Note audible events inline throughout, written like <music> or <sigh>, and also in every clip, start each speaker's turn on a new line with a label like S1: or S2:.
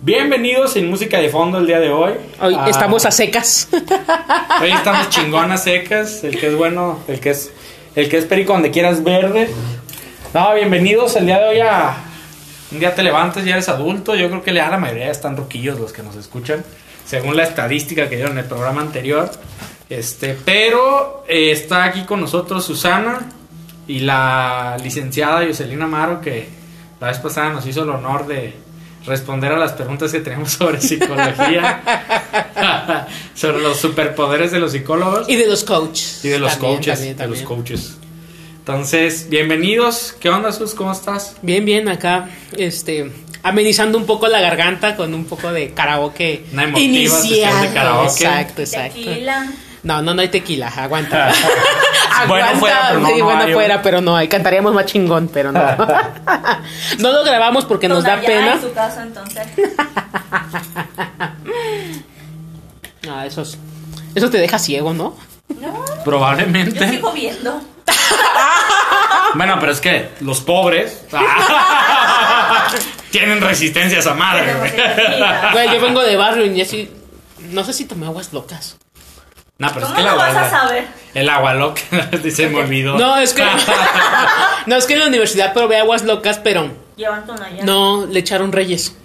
S1: Bienvenidos en Música de Fondo el día de hoy.
S2: Hoy
S1: Ah,
S2: estamos a secas.
S1: Hoy estamos chingonas secas, el que es bueno, el que es el que es perico donde quieras verde. No, bienvenidos el día de hoy a un día te levantas, ya eres adulto, yo creo que ya la mayoría están ruquillos los que nos escuchan, según la estadística que dieron en el programa anterior. Este, pero eh, está aquí con nosotros Susana y la licenciada Yoselina Amaro que la vez pasada nos hizo el honor de responder a las preguntas que tenemos <laughs> sobre psicología, <laughs> sobre los superpoderes de los psicólogos
S2: <laughs> y de los coaches.
S1: y de los
S2: También,
S1: coaches,
S2: también,
S1: de los
S2: también.
S1: coaches. Entonces, bienvenidos. ¿Qué onda, Sus? ¿Cómo estás?
S2: Bien, bien, acá, este, amenizando un poco la garganta con un poco de karaoke.
S1: Una emotiva sesión de karaoke.
S2: Exacto, exacto.
S3: Tequila.
S2: No, no, no hay tequila, aguanta. aguanta.
S1: <laughs> Bueno fuera, pero no,
S2: sí,
S1: no
S2: bueno
S1: hay,
S2: fuera,
S1: güey.
S2: pero no hay. Cantaríamos más chingón, pero
S1: <laughs>
S2: no. no lo grabamos porque nos da
S3: Tonayán
S2: pena.
S3: en su caso, entonces.
S2: <laughs> No, eso es- Eso te deja ciego, ¿no?
S3: No, yo
S1: Probablemente.
S3: sigo
S2: <laughs>
S3: viendo.
S1: Bueno, pero es que los pobres <laughs> tienen resistencia a esa madre. güey.
S2: Güey, yo vengo de barrio y así. No sé si tomé aguas locas.
S1: No, pero es
S3: ¿Cómo
S1: que el
S3: lo
S1: agua
S3: vas a saber?
S1: El agua loca, <laughs> dice, me olvidó. <laughs>
S2: No, es que. no, es que en la universidad probé aguas locas, pero
S3: Llevan Tonayán.
S2: no le echaron reyes.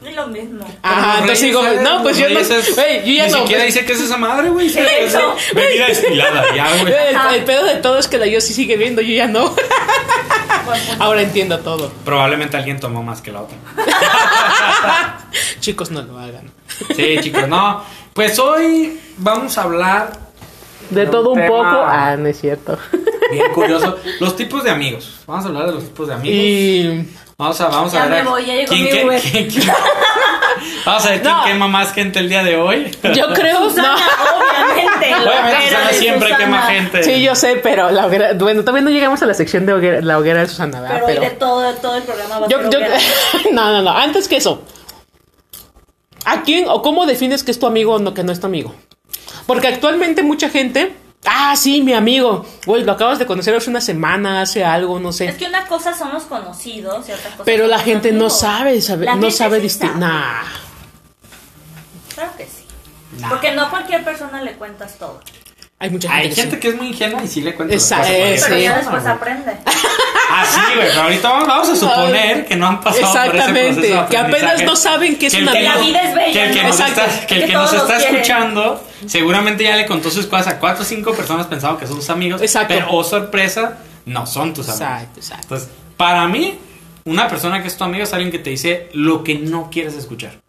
S3: No es lo
S2: <laughs>
S3: mismo.
S1: Pero los
S2: Ajá, Ah, entonces digo,
S1: Ah, reyes,
S2: no, pues yo no.
S1: los reyes es-
S2: Güey, yo ya
S1: Ni
S2: no. pues-
S1: siquiera dice que es esa madre, güey. Es
S3: Eso.
S1: bebida
S3: <laughs>
S1: destilada, ya, güey.
S2: El,
S3: Ajá.
S2: el pedo de todo es que la yo sí sigue viendo, yo ya no. <laughs>
S3: Pues,
S2: Ahora entiendo todo.
S1: Probablemente alguien tomó más que la otra.
S2: Chicos, no lo hagan.
S1: Sí, chicos, no. Pues hoy vamos a hablar
S2: De
S1: Un todo un tema- poco. Ah,
S2: no es cierto.
S1: Bien curioso. Los tipos de amigos. Vamos a hablar de los tipos de amigos.
S2: <laughs> Y.
S1: Vamos a, vamos a
S3: Ya
S1: ver.
S3: me
S1: a-
S3: voy, ya llegó
S1: ¿quién
S3: mi
S1: que-
S3: Uber.
S1: quién que- vamos a ver
S2: No.
S1: quién quema más gente el día de
S2: <laughs>
S1: hoy.
S2: Yo creo.
S3: Susana,
S2: No. <laughs>
S3: obviamente.
S1: Obviamente,
S3: la hoguera
S1: Susana
S3: de
S1: siempre
S3: Susana.
S1: quema gente.
S2: Sí, yo sé, pero la hoguera. Bueno, todavía no llegamos a la sección de hoguera- la hoguera de Susana, ¿verdad?
S3: Pero, hoy de todo, de todo el programa va a ser
S2: Ah, Yo, yo-
S3: hoguera.
S2: <laughs> no, no, no. Antes que eso. ¿A quién o cómo defines que es tu amigo o no, que no es tu amigo? Porque actualmente mucha gente. Ah, sí, mi amigo. Güey, lo acabas de conocer hace una semana, hace algo, no sé.
S3: Es que una cosa son los conocidos y otra cosa
S2: Pero
S3: son
S2: la
S3: los
S2: gente no
S3: amigos.
S2: sabe, sabe-
S3: La
S2: no
S3: gente
S2: sabe
S3: sí
S2: distinguir.
S3: sabe.
S2: Nah.
S3: Claro que sí. Porque no a cualquier persona le cuentas todo.
S2: Hay mucha gente.
S1: Hay
S2: que
S1: gente
S2: sí.
S1: que es muy ingenua y sí le cuenta. las
S2: Exacto, eh,
S1: cosas por
S2: sí.
S3: Pero
S1: ahí.
S3: ya después aprende.
S1: Ah, sí, güey. Pero ahorita vamos, vamos a suponer que no han pasado por ese
S2: Exactamente,
S1: proceso de
S2: que apenas
S1: aprendizaje.
S2: no saben que es
S1: el
S2: una
S1: que
S2: vida.
S1: nos-
S3: La vida es bella,
S1: Que el que
S3: ¿no?
S1: nos
S2: Exacto.
S1: está, que el
S3: Que
S1: que nos
S3: todos
S1: está
S3: los quieren.
S1: escuchando, seguramente ya le contó sus cosas a cuatro o cinco personas pensaban que son sus amigos.
S2: Exacto.
S1: Pero, oh sorpresa, no son tus amigos.
S2: Exacto, exacto.
S1: Entonces, para mí, una persona que es tu amigo es alguien que te dice lo que no quieres escuchar.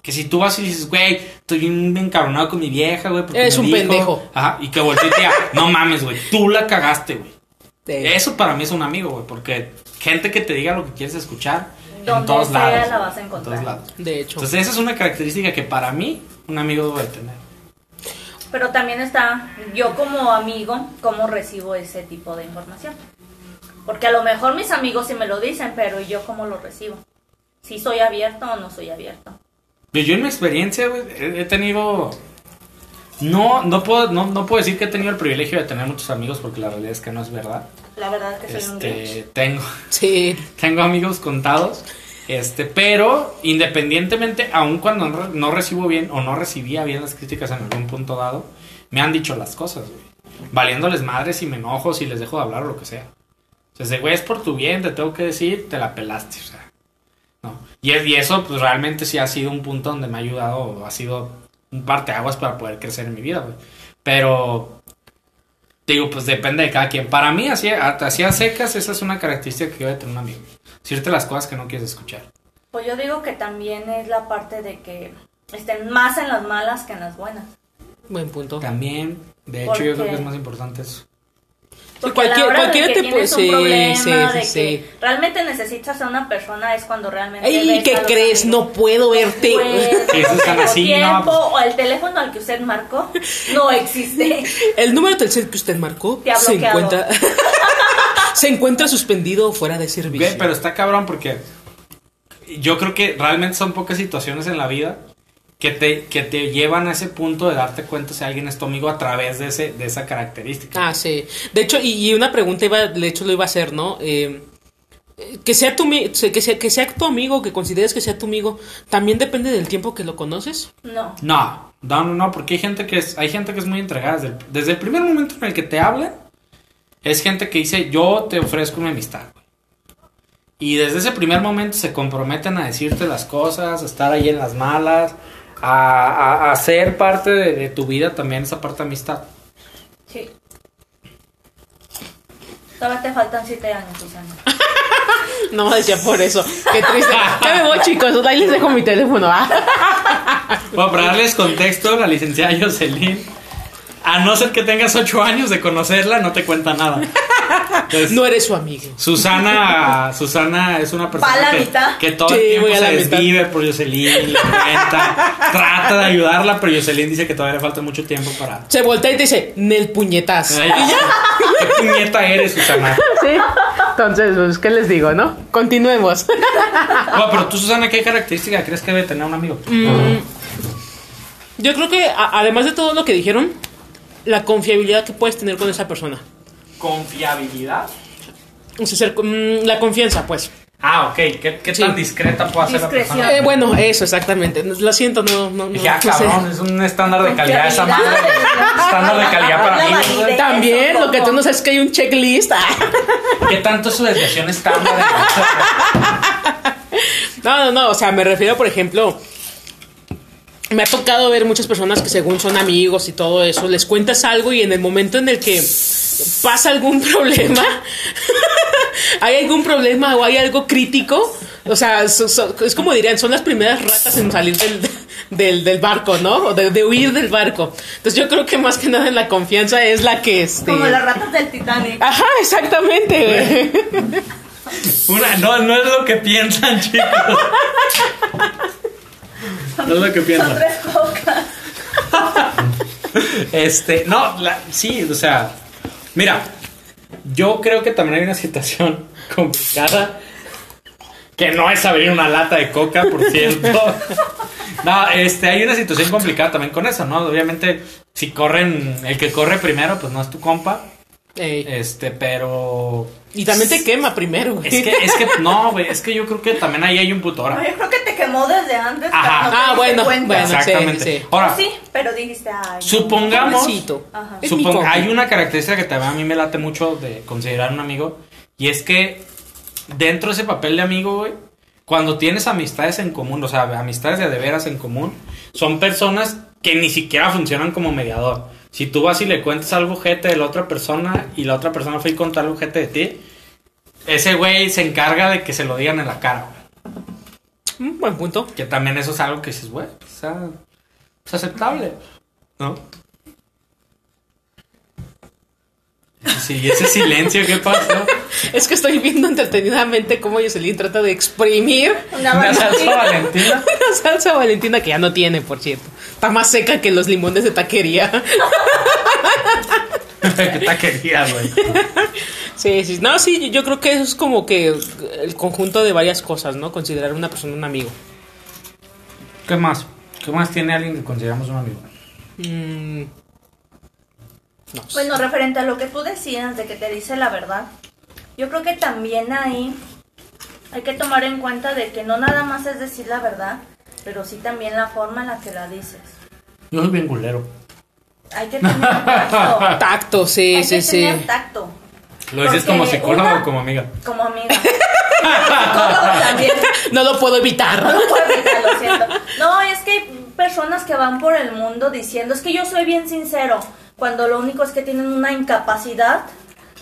S1: Que si tú vas y dices, güey, estoy bien encabronado con mi vieja, güey. porque
S2: Eres
S1: me
S2: un
S1: dijo".
S2: pendejo.
S1: Ajá, y que voltee y te diga, no mames, güey, tú la cagaste, güey.
S3: Eh,
S2: Sí.
S1: Eso para mí es un amigo, güey, porque gente que te diga lo que quieres escuchar en
S3: Donde
S1: todos
S3: sea
S1: lados.
S3: la vas a
S1: en
S3: encontrar.
S1: todos lados.
S2: De hecho.
S1: Entonces, esa es una característica que para mí un amigo debe tener.
S3: Pero también está, yo como amigo, cómo recibo ese tipo de información. Porque a lo mejor mis amigos sí me lo dicen, pero yo cómo lo recibo. Si soy abierto o no soy abierto.
S1: Yo, yo en mi experiencia, güey, he, he tenido... No, no puedo, no, no puedo decir que he tenido el privilegio de tener muchos amigos porque la realidad es que no es verdad.
S3: La verdad es que soy un grinch.
S1: Este, tengo,
S2: Sí.
S1: <laughs> tengo amigos contados, este, pero independientemente, aun cuando no, no recibo bien o no recibía bien las críticas en algún punto dado, me han dicho las cosas, güey. Valiéndoles madres si me enojo, si les dejo de hablar o lo que sea. O sea, ese güey es por tu bien, te tengo que decir, te la pelaste, o sea. No. Y, es- y eso, pues realmente sí ha sido un punto donde me ha ayudado, o ha sido un parteaguas para poder crecer en mi vida, güey. Pero Digo, pues depende de cada quien. Para mí, así, así a secas, esa es una característica que yo de tener un amigo. Decirte las cosas que no quieres escuchar.
S3: Pues yo digo que también es la parte de que estén más en las malas que en las buenas.
S2: Buen punto.
S1: También, de hecho,
S3: ¿Por
S1: yo creo
S3: qué?
S1: que es más importante eso.
S3: Porque
S2: cualquier-
S3: a la hora
S2: cualquiera
S3: de
S2: te
S3: que tienes
S2: puede-
S3: un problema,
S2: sí, sí,
S3: de
S2: sí,
S3: que
S2: sí.
S3: realmente necesitas a una persona es cuando realmente
S2: Ey,
S3: ves a
S2: ¿qué
S3: los
S2: crees?
S3: amigos.
S2: No puedo verte.
S3: Pues,
S1: Sí,
S3: no
S1: Susana,
S3: tengo
S1: sí, no,
S3: tiempo,
S1: pues.
S3: o el teléfono al que usted marcó no existe.
S2: El número tercer que usted marcó
S3: Te ha
S2: se
S3: bloqueado. <laughs>
S2: encuentra <laughs> se encuentra suspendido o fuera de servicio.
S1: Güey, pero está cabrón porque yo creo que realmente son pocas situaciones en la vida que te, que te llevan a ese punto de darte cuenta si alguien es tu amigo a través de, ese, de esa característica.
S2: Ah, sí. De hecho, y, y una pregunta iba, de hecho lo iba a hacer, ¿no? Eh, eh, que sea, tu, mi- que, sea, que sea tu amigo, que consideres que sea tu amigo, también depende del tiempo que lo conoces.
S3: No.
S1: No, no, no, no, porque hay gente que es, hay gente que es muy entregada. Desde el, desde el primer momento en el que te habla, es gente que dice, yo te ofrezco una amistad. güey". Y desde ese primer momento se comprometen a decirte las cosas, a estar ahí en las malas, a, a- a ser parte de, de tu vida también esa parte de amistad.
S3: Sí. Todavía te faltan siete años, Susana.
S2: No <laughs> decía por eso. Qué triste. Ya me voy, chicos. Ahí les dejo mi teléfono. Ah,
S1: Bueno, para darles contexto, la licenciada Jocelyn, a no ser que tengas ocho años de conocerla, no te cuenta nada. Entonces,
S2: No eres su amigo.
S1: Susana, Susana es una persona
S3: Va a la
S1: que,
S3: mitad.
S1: que todo
S2: Sí,
S1: el tiempo
S2: voy a
S1: se
S2: la mitad.
S1: desvive por Jocelyn, le
S2: <laughs>
S1: cuenta, trata de ayudarla, pero Jocelyn dice que todavía le falta mucho tiempo para.
S2: Se voltea y te dice, Nel puñetazo.
S1: Ay, ¿Qué puñeta eres, Susana?
S2: Sí. Entonces, pues, ¿qué les digo, no? Continuemos.
S1: Bueno, pero tú, Susana, ¿qué característica crees que debe tener un amigo?
S2: Mm. Yo creo que, a- además de todo lo que dijeron, la confiabilidad que puedes tener con esa persona.
S1: Confiabilidad.
S2: O sea, ser- mm, la confianza, pues.
S1: Ah, ok. ¿Qué, qué tan
S2: Sí.
S1: discreta puede ser la
S3: Discreción.
S1: persona?
S2: Eh, bueno, pues, eh, eso, exactamente. Lo siento, no, no, no,
S1: Ya,
S2: no sé.
S1: cabrón, es un estándar de calidad esa madre. Estándar de calidad para
S3: La
S1: mí.
S2: <laughs>
S3: validez,
S2: También,
S3: eso,
S2: lo que tú
S3: ¿cómo?
S2: no sabes es que hay un checklist. <laughs> Ah.
S1: ¿Qué tanto es su desviación estándar?
S2: No, no, no, o sea, me refiero, por ejemplo, me ha tocado ver muchas personas que según son amigos y todo eso, les cuentas algo y en el momento en el que pasa algún <laughs> problema, hay algún problema o hay algo crítico, o sea, so- so- es como dirían, son las primeras ratas en salir del, del, del barco, ¿no? O de, de huir del barco. Entonces yo creo que más que nada en la confianza es la que... Este...
S3: Como las ratas del Titanic.
S2: Ajá, exactamente. güey.
S1: Una, no, no es lo que piensan, chicos. No es lo que
S3: Son
S1: piensan.
S3: tres cocas.
S1: Este, no, la- sí, o sea, mira, yo creo que también hay una situación <laughs> complicada que no es abrir una lata de coca, por <laughs> cierto. No, este, hay una situación complicada también con eso, ¿no? Obviamente, si corren, el que corre primero, pues no es tu compa.
S2: <laughs> Ey.
S1: Este, pero.
S2: Y también te quema primero. güey.
S1: Es que, es que, no, güey, es que yo creo que también ahí hay un puto.
S3: No,
S1: Ahora,
S3: yo creo que te quemó desde antes.
S1: Ah. Ajá.
S3: pero no te
S2: Ah,
S3: diste
S2: bueno,
S3: cuenta.
S2: bueno. sí,
S1: Exactamente.
S2: sí.
S1: Ahora,
S3: Sí, pero dijiste, ay.
S1: supongamos.
S2: Pobrecito.
S3: Ajá.
S2: Es mi
S1: supong-
S2: compa.
S1: hay una característica que también a mí me late mucho de considerar un amigo. Y es que dentro de ese papel de amigo, güey, cuando tienes amistades en común, o sea, amistades de de veras en común, son personas que ni siquiera funcionan como mediador. Si tú vas y le cuentas algo jete de la otra persona y la otra persona fue y contó algo jete de ti, ese güey se encarga de que se lo digan en la cara, güey.
S2: Mm, Buen punto.
S1: Que también eso es algo que dices, güey, o sea, es aceptable, ¿no? Sí, y ese silencio, ¿qué pasó?
S2: Es que estoy viendo entretenidamente cómo Jocelyn trata de exprimir <laughs>
S3: Una
S1: Una salsa
S3: valentina.
S1: valentina. <laughs>
S2: la salsa valentina que ya no tiene, por cierto. Está más seca que los limones de taquería. <laughs>
S1: ¿Qué taquería, güey?
S2: Sí, sí. No, sí, yo creo que eso es como que el conjunto de varias cosas, ¿no? Considerar una persona un amigo.
S1: ¿Qué más? ¿Qué más tiene alguien que consideramos un amigo?
S2: Mm, no.
S3: Bueno, referente a lo que tú decías de que te dice la verdad, yo creo que también ahí hay que tomar en cuenta de que no nada más es decir la verdad, pero sí también la forma en la que la dices.
S1: Yo soy bien culero.
S3: Hay que
S2: <laughs>
S3: tener tacto.
S2: Tacto, sí,
S3: Hay
S2: sí,
S3: que
S2: sí.
S3: tener tacto.
S1: ¿Lo dices
S3: Porque
S1: como psicólogo
S3: una-
S1: o como amiga?
S3: Como amiga. <laughs> Psicólogo también.
S2: No lo puedo evitar.
S3: <laughs> No puedo evitar, lo siento. No, es que hay personas que van por el mundo diciendo, es que yo soy bien sincero, cuando lo único es que tienen una incapacidad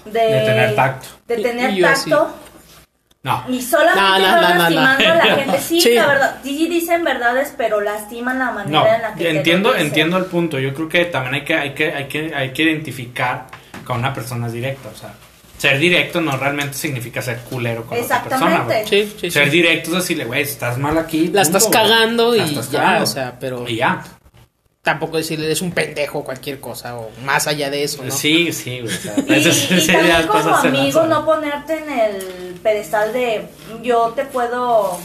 S3: de,
S1: De tener tacto.
S3: De tener
S2: Y- y yo así.
S3: tacto.
S1: No.
S3: Y solamente
S2: No, no,
S3: van
S2: no, no,
S3: lastimando
S2: no.
S3: a la
S2: <laughs>
S3: gente. Sí,
S2: Sí.
S3: la verdad. Sí dicen verdades, pero lastiman la manera
S1: No,
S3: en la que te lo
S1: entiendo,
S3: dicen.
S1: entiendo el punto. Yo creo que también hay que, hay que, hay que, hay que identificar con una persona es directa. O sea, ser directo no realmente significa ser culero con otra persona.
S3: Exactamente.
S1: güey.
S2: Sí, sí, sí.
S1: Ser directo es decirle, güey, estás mal aquí.
S2: La estás
S1: güey.
S2: cagando
S1: La
S2: y
S1: estás
S2: ya, o sea, pero-
S1: Y ya.
S2: Tampoco decirle es un pendejo o cualquier cosa o más allá de eso, pues ¿no?
S1: Sí, sí, güey. o sea,
S3: <laughs> Y,
S1: eso
S3: y
S1: sería
S3: también
S1: cosas
S3: como
S1: de
S3: amigo
S1: lanzar.
S3: no ponerte en el pedestal de yo te puedo...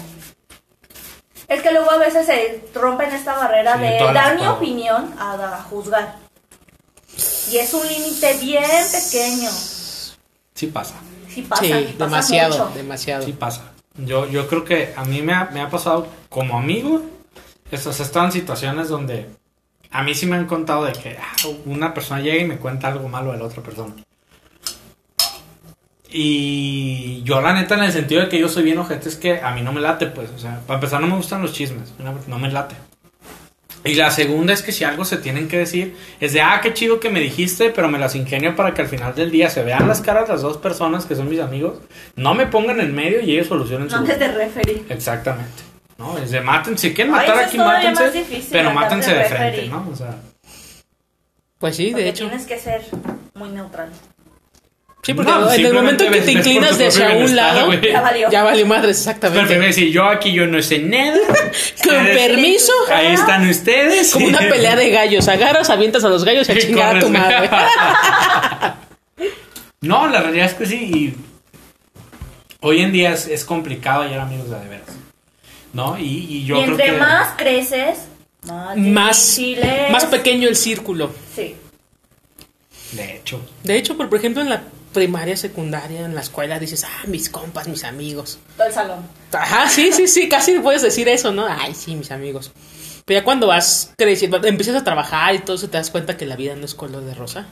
S3: Es que luego a veces se rompen esta barrera
S1: Sí,
S3: de
S1: todas las
S3: dar mi
S1: puedo.
S3: opinión a, a juzgar. Y es un límite bien pequeño.
S1: Sí pasa.
S3: Sí pasa,
S2: sí,
S3: y pasa
S2: demasiado,
S3: mucho.
S2: demasiado.
S1: Sí pasa. Yo, yo creo que a mí me ha, me ha pasado como amigo. Estas están situaciones donde a mí sí me han contado de que ah, una persona llega y me cuenta algo malo de la otra persona. Y yo la neta en el sentido de que yo soy bien ojete es que a mí no me late, pues, o sea, para empezar no me gustan los chismes, no- no me late. Y la segunda es que si algo se tienen que decir, es de, ah, qué chido que me dijiste, pero me las ingenio para que al final del día se vean las caras las dos personas que son mis amigos, no me pongan en medio y ellos solucionen su...
S3: No te te referí.
S1: Exactamente. No, es de, mátense, si quieren
S3: Ay,
S1: matar
S3: eso es
S1: aquí,
S3: todavía
S1: mátense,
S3: más difícil,
S1: pero
S3: matarte
S1: mátense de
S3: referee.
S1: frente, ¿no? O sea,
S2: Pues sí,
S3: Porque
S2: de hecho.
S3: tienes que ser muy neutral.
S2: Sí, porque
S1: no,
S2: en el
S1: simplemente
S2: momento en que
S1: ves-
S2: te
S1: ves por
S2: inclinas
S1: tu propio
S2: hacia un
S1: bienestar,
S2: lado,
S1: güey.
S3: Ya valió.
S2: ya vale madres,
S1: Perfecto,
S2: exactamente.
S1: decir, yo aquí yo no sé nada.
S2: <laughs> Con
S1: Ustedes-
S2: permiso,
S1: Ahí están ustedes.
S2: como una pelea de gallos. Agarras, avientas a los gallos
S1: <laughs>
S2: y a
S1: Y
S2: chingar a
S1: corres,
S2: tu
S1: güey.
S2: madre.
S1: <laughs> No, la realidad es que sí. Y hoy en día es, es complicado hallar amigos de a de veras. ¿No? Y, y yo
S3: y
S1: creo
S3: entre
S1: que.
S3: más creces, más,
S2: Más,
S3: difícil es.
S2: más pequeño el círculo.
S3: Sí.
S1: De hecho.
S2: De hecho, por por ejemplo, en la primaria, secundaria, en la escuela, dices, ah, mis compas, mis amigos.
S3: Todo el salón.
S2: Ajá, sí, sí, sí, casi puedes decir eso, ¿no? Ay, sí, mis amigos. Pero ya cuando vas creciendo, empiezas a trabajar y todo eso, te das cuenta que la vida no es color de rosa.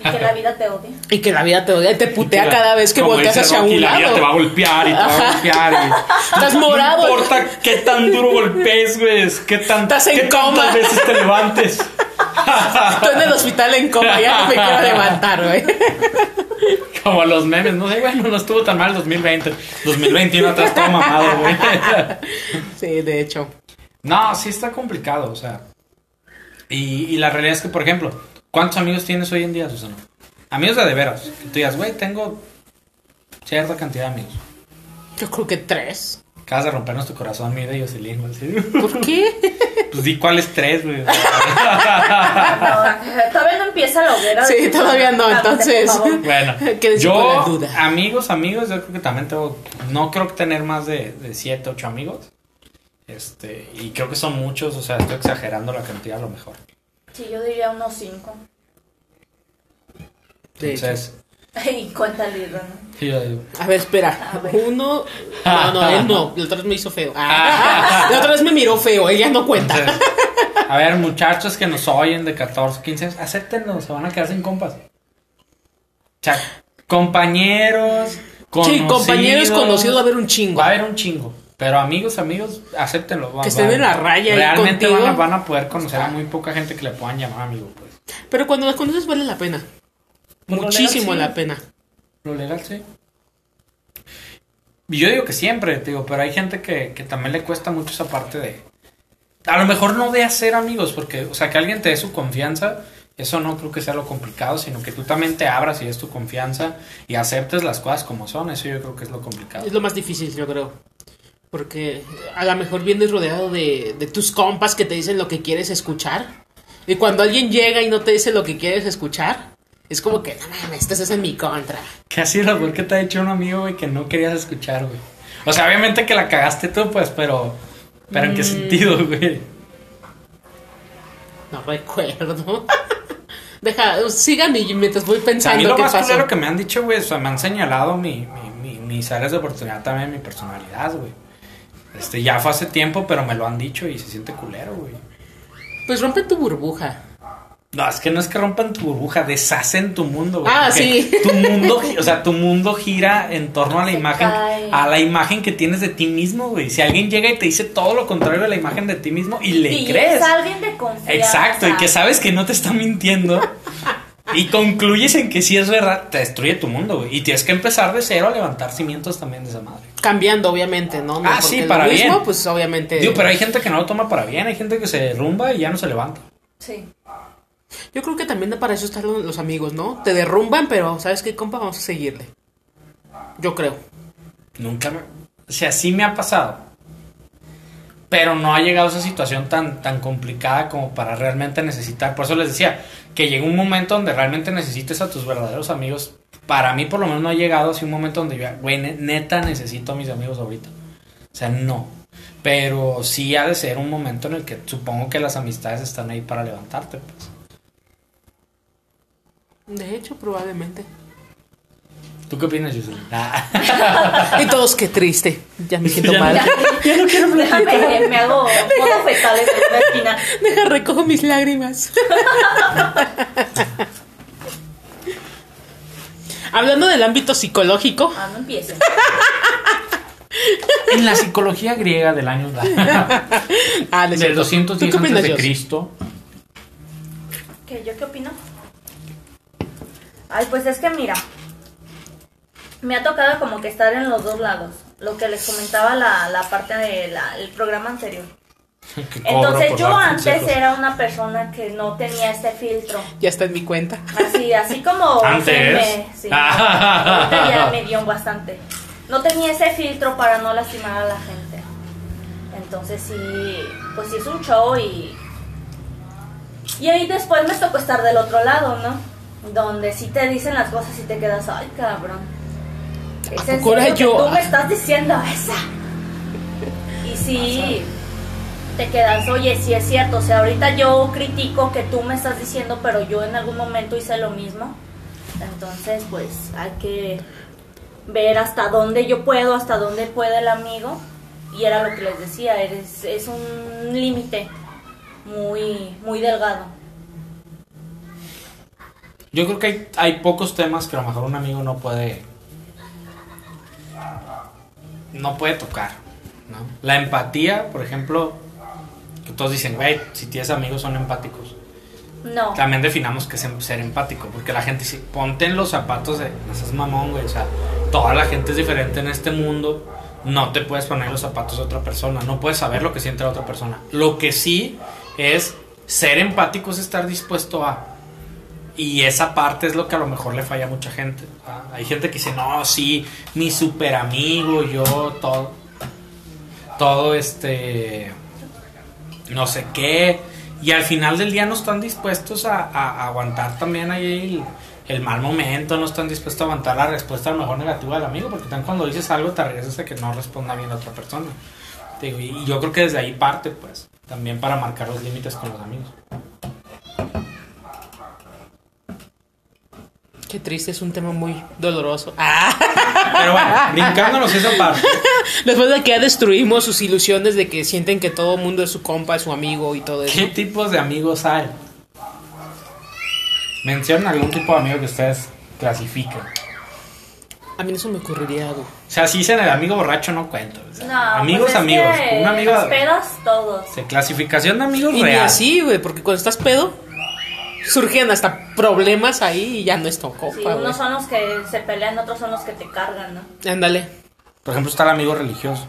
S3: Y que
S2: <laughs>
S3: la vida te odia.
S2: Y que la vida te odia, y te putea
S1: la-
S2: cada vez que
S1: como
S2: volteas
S1: dice
S2: hacia
S1: Rocky,
S2: un
S1: la vida
S2: lado.
S1: te va a golpear y te va a
S2: Ajá.
S1: golpear.
S2: <laughs>
S1: y-
S2: Estás
S1: No
S2: morado.
S1: importa qué tan duro golpees, güey. es Qué, tan,
S2: Estás en
S1: qué tantas
S2: coma.
S1: veces te levantes.
S2: Estoy en el hospital en coma, ya no me
S1: <laughs>
S2: quiero levantar, güey.
S1: Como los memes, no sé, bueno, no estuvo tan mal 2020. 2021 atrás todo mamado, güey.
S2: Sí, de hecho.
S1: No, sí está complicado, o sea. Y, y la realidad es que, por ejemplo, ¿cuántos amigos tienes hoy en día, Susana? Amigos de de veras. Que tú digas, güey, tengo cierta cantidad de amigos.
S2: Yo creo que tres.
S1: Acabas de rompernos tu corazón, mira, Jocelyn, güey. ¿sí?
S2: ¿Por qué?
S1: <laughs> Pues di cuáles tres, güey.
S3: No, todavía no empieza la hoguera.
S2: Sí, todavía no,
S3: Ah,
S2: entonces.
S3: por favor.
S2: <laughs>
S1: Bueno,
S2: Quédense con la
S1: yo,
S2: duda.
S1: amigos, amigos, yo creo que también tengo, no creo que tener más de, de siete, ocho amigos. Este, y creo que son muchos, o sea, estoy exagerando la cantidad a lo mejor.
S3: Sí, yo diría unos cinco. <laughs>
S2: De hecho.
S1: Entonces,
S3: Y cuéntale, ¿no?
S1: sí, yo digo,
S2: A ver, espera.
S3: A ver.
S2: Uno. No, no, él no. La otra vez me hizo feo. Ah, la otra vez me miró feo. Ella no cuenta.
S1: entonces, <laughs> a ver, muchachos que nos oyen de 14, 15 años, acéptenlo, se van a quedar sin compas. O sea, compañeros, conocidos.
S2: Sí, compañeros conocidos va a haber un chingo.
S1: Va a haber un chingo. Pero amigos, amigos, acéptenlo. va- va-
S2: Que estén en la raya ahí
S1: Realmente van a,
S2: contigo.
S1: van a poder conocer a muy poca gente que le puedan llamar amigo, pues.
S2: Pero cuando las conoces vale la pena.
S1: Por lo
S2: Muchísimo
S1: legal, sí.
S2: la pena.
S1: Lo legal, sí. Y yo digo que siempre, te digo, pero hay gente que, que también le cuesta mucho esa parte de. A lo mejor no de hacer amigos, porque, o sea, que alguien te dé su confianza, eso no creo que sea lo complicado, sino que tú también te abras y des tu confianza y aceptes las cosas como son, eso yo creo que es lo complicado.
S2: Es lo más difícil, yo creo. Porque a lo mejor vienes rodeado de, de tus compas que te dicen lo que quieres escuchar. Y cuando alguien llega y no te dice lo que quieres escuchar, es como que, no mames, estás es en mi contra.
S1: <laughs> ¿Qué ha sido lo peor que te ha dicho un amigo, güey, que no querías escuchar, güey? O sea, obviamente que la cagaste tú, pues, pero. ¿Pero en qué sentido, güey?
S2: No recuerdo. <laughs> Deja, sigan y mientras voy
S1: O sea, a mí
S2: pensando
S1: lo
S2: qué
S1: más
S2: pasó.
S1: culero que me han dicho, güey, o sea, me han señalado mi- mi- mi- mis áreas de oportunidad también, mi personalidad, güey. Este, ya fue hace tiempo, pero me lo han dicho y se siente culero, güey.
S2: Pues rompe tu burbuja.
S1: No, es que no es que rompan tu burbuja, deshacen tu mundo, güey.
S2: Ah,
S1: porque
S2: sí.
S1: <laughs> Tu mundo, gi- o sea, tu mundo gira en torno a la
S3: Se
S1: imagen,
S3: cae.
S1: a la imagen que tienes de ti mismo, güey. Si alguien llega y te dice todo lo contrario de la imagen de ti mismo y le
S3: y
S1: crees.
S3: es alguien de confianza.
S1: Exacto, y que sabes que no te está mintiendo. y concluyes en que si es verdad, te destruye tu mundo, güey. Y tienes que empezar de cero a levantar cimientos también de esa madre.
S2: Cambiando, obviamente, ¿no? No,
S1: Ah,
S2: porque
S1: sí,
S2: lo
S1: para
S2: mismo,
S1: bien.
S2: pues obviamente.
S1: Digo, pero hay gente que no lo toma para bien, hay gente que se derrumba y ya no se levanta.
S3: Sí.
S2: Yo creo que también para eso están los los amigos, ¿no? Te derrumban, pero ¿sabes qué, compa? Vamos a seguirle. Yo creo.
S1: Nunca me... O sea, sí me ha pasado. Pero no ha llegado a esa situación tan, tan complicada como para realmente necesitar. Por eso les decía que llegó un momento donde realmente necesites a tus verdaderos amigos. Para mí, por lo menos, no ha llegado así un momento donde yo, güey, ne- neta necesito a mis amigos ahorita. O sea, no. Pero sí ha de ser un momento en el que supongo que las amistades están ahí para levantarte. Pues.
S2: De hecho, probablemente.
S1: ¿Tú qué opinas, Jocelyn? Ah.
S2: Y todos, qué triste. Ya me siento
S1: Ya
S2: mal. Ya no quiero platicar.
S3: Déjame, me hago modo fetal en una esquina.
S2: Deja, recojo mis lágrimas. Hablando del ámbito psicológico,
S3: Ah, no empieces.
S1: <laughs> En la psicología griega <laughs> del año
S2: ah, no
S1: del
S2: es cierto.
S1: 210
S2: ¿Tú qué
S1: antes
S2: opinas,
S1: de
S2: Jos?
S1: Cristo,
S3: ¿Qué, ¿Yo qué opino? Ay, pues es que mira, me ha tocado como que estar en los dos lados. Lo que les comentaba la, la parte del programa anterior.
S1: que cobro
S3: Entonces
S1: por
S3: yo
S1: dar
S3: antes
S1: consejos.
S3: era una persona que no tenía este filtro.
S2: Ya está en mi cuenta.
S3: Así, así como...
S1: Antes.
S3: se me- sí. Ahorita ya me dio bastante. No tenía ese filtro para no lastimar a la gente. Entonces sí, pues sí es un show y... Y ahí después me tocó estar del otro lado, ¿no? Donde sí te dicen las cosas y te quedas, ay cabrón. Es en
S2: poco era
S3: serio que
S2: yo? Ah.
S3: tú me estás diciendo esa. Y sí, te quedas, oye, sí es cierto. O sea, ahorita yo critico que tú me estás diciendo, pero yo en algún momento hice lo mismo. Entonces, pues hay que ver hasta dónde yo puedo, hasta dónde puede el amigo. Y era lo que les decía, eres, es un límite muy, muy delgado.
S1: Yo creo que hay, hay pocos temas que a lo mejor un amigo no puede. No puede tocar. ¿no? La empatía, por ejemplo, que todos dicen, güey, si tienes amigos son empáticos.
S3: No.
S1: También definamos que es em- ser empático, porque la gente dice, ponte en los zapatos de. No seas mamón, güey. O sea, toda la gente es diferente en este mundo. No te puedes poner en los zapatos de otra persona. No puedes saber lo que siente la otra persona. Lo que sí es ser empático es estar dispuesto a. Y esa parte es lo que a lo mejor le falla a mucha gente. ¿va? Hay gente que dice, no, sí, mi super amigo, yo, todo. Todo este. No sé qué. Y al final del día no están dispuestos a, a- a aguantar también ahí el, el mal momento, no están dispuestos a aguantar la respuesta a lo mejor negativa del amigo, porque también cuando dices algo te arriesgas a que no responda bien la otra persona. Te digo, y y yo creo que desde ahí parte, pues, también para marcar los límites con los amigos.
S2: Qué triste, es un tema muy doloroso. Ah,
S1: Pero bueno, brincándonos esa parte.
S2: después de que ya destruimos sus ilusiones de que sienten que todo el mundo es su compa, es su amigo y todo eso.
S1: ¿Qué tipos de amigos hay? Mencionen algún tipo de amigo que ustedes clasifiquen.
S2: A mí no se me ocurriría algo.
S1: O sea, si dicen el amigo borracho no cuento. o sea,
S3: No,
S1: amigos,
S3: pues es
S1: amigos.
S3: que
S1: Un amigo.
S3: los pedos todos.
S1: se clasificación de amigos
S2: Y ni
S1: real.
S2: así, güey, porque cuando estás pedo, surgen hasta problemas ahí y ya no es tu
S3: Sí,
S2: compa, güey.
S3: unos son los que se pelean, otros son los que te cargan, ¿no?
S2: Ándale.
S1: Por ejemplo, está el amigo religioso.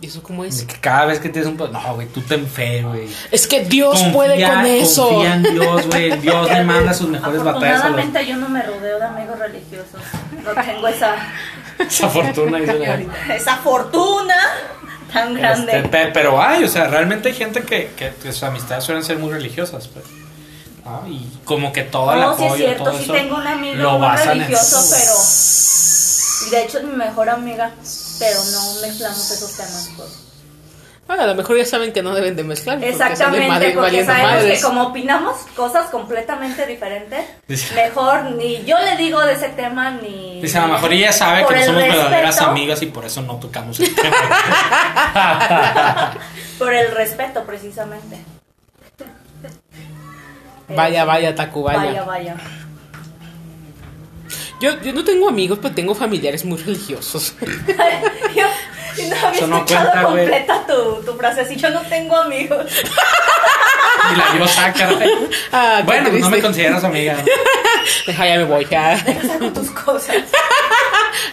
S2: ¿Y eso cómo
S1: Es
S2: es?
S1: que cada vez que tienes un. pro- No, güey, tú ten fe, güey.
S2: Es que Dios
S1: Confía-
S2: puede con eso.
S1: Confía en Dios, güey. Dios le manda sus mejores batallas a los.
S3: Afortunadamente yo no me rodeo de amigos religiosos. No tengo esa,
S1: <laughs> Esa fortuna, dice la-
S3: esa fortuna tan <laughs> grande.
S1: Este, pe- pero hay, o sea, realmente hay gente que, que- que sus amistades suelen ser muy religiosas, pues. ¿no? Y como que todo el
S3: No, sí
S1: apoyo,
S3: es cierto,
S1: todo
S3: sí
S1: eso
S3: tengo un amigo
S1: lo
S3: muy
S1: basan en-
S3: religioso, pero... De hecho es mi mejor amiga, pero no mezclamos esos temas. pues.
S2: Ah, a lo mejor ya saben que no deben de mezclar. porque salen
S3: Exactamente,
S2: madre-
S3: porque
S2: valiendo
S3: sabemos
S2: madres.
S3: que como opinamos cosas completamente diferentes,
S1: Dice-
S3: mejor ni yo le digo de ese tema ni...
S1: Dice, a lo mejor ella sabe que
S3: Por
S1: no
S3: el
S1: somos verdaderas
S3: respeto-
S1: amigas y por eso no tocamos el tema. <laughs>
S3: Por el respeto, precisamente.
S2: Vaya, vaya, Tacubaya.
S3: Vaya, vaya. <laughs>
S2: Yo, yo no tengo amigos, pero tengo familiares muy religiosos. <laughs>
S3: Yo no había
S1: Eso no
S3: escuchado
S1: cuenta, güey.
S3: completa tu, tu frase así. Yo no tengo amigos. <laughs>
S1: y la yo saca.
S2: Ah, qué
S1: Bueno, pues no me
S2: triste.
S1: consideras
S2: <laughs>
S1: amiga. ¿no?
S2: Deja, ya me voy. ya. <laughs>
S3: Saco tus
S1: <laughs>
S3: cosas.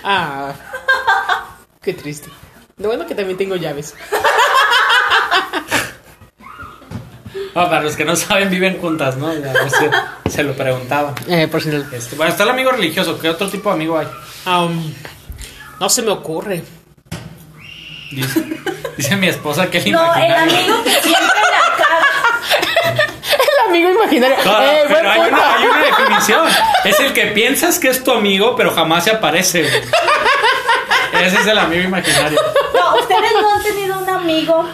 S2: Ah, qué triste. Lo bueno que también tengo llaves.
S1: No, para los que no saben, viven juntas, ¿no? Ya, no sé, se lo preguntaba.
S2: Eh, por si no.
S1: Este, bueno, está el amigo religioso. ¿Qué otro tipo de amigo hay?
S2: Ah, um, no se me ocurre.
S1: Dice, dice mi esposa que el
S3: No, el
S1: imaginario-
S3: amigo que siempre la caga.
S2: El amigo imaginario.
S1: No, no,
S2: Eh, buen
S1: pero hay
S2: punto.
S1: una, hay
S2: <laughs>
S1: una definición. Es el que piensas que es tu amigo, pero jamás se aparece. güey. Ese es el amigo imaginario.
S3: No, ustedes no han tenido un amigo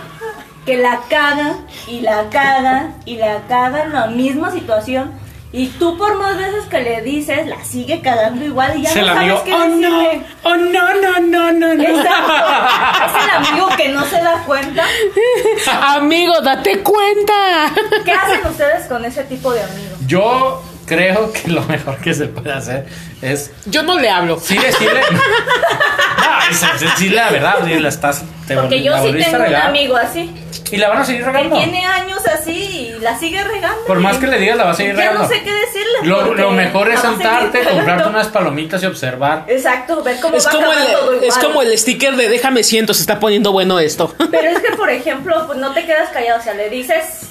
S3: que la caga y la caga y la caga en la misma situación. Y tú por más veces que le dices, la sigue cagando igual y ya
S1: Se
S3: no
S1: la
S3: sabes
S1: amigo.
S3: qué
S1: Oh no.
S3: decirle.
S1: Oh no, no, no, no, no.
S2: <laughs>
S3: Exacto. Es el amigo que no se da cuenta.
S2: Amigo, date cuenta. <laughs>
S3: ¿Qué hacen ustedes con ese tipo de amigos?
S1: Yo creo que lo mejor que se puede hacer es
S2: Yo no le hablo.
S1: sí decirle. <laughs> no, es, es decirle la verdad, oye, la estás. Te
S3: Porque
S1: volvi-
S3: yo
S1: la
S3: sí
S1: volviste a
S3: tengo un
S1: regar.
S3: amigo así,
S1: Y la van a seguir
S3: que
S1: regando.
S3: tiene años así y la sigue regando.
S1: Por más
S3: y-
S1: que le digas, la vas a seguir
S3: Ya
S1: regando.
S3: no sé qué decirle.
S1: Lo,
S3: porque
S1: lo mejor es
S3: la vas a seguir
S1: sentarte,
S3: <laughs> regando.
S1: comprarte unas palomitas y observar.
S3: Exacto, ver cómo
S2: Es
S3: va
S2: como,
S3: acabando todo
S2: el, es
S3: igual.
S2: como el sticker de déjame siento, se está poniendo bueno esto. <laughs>
S3: Pero es que, por ejemplo, pues no te quedas callado, o sea, le dices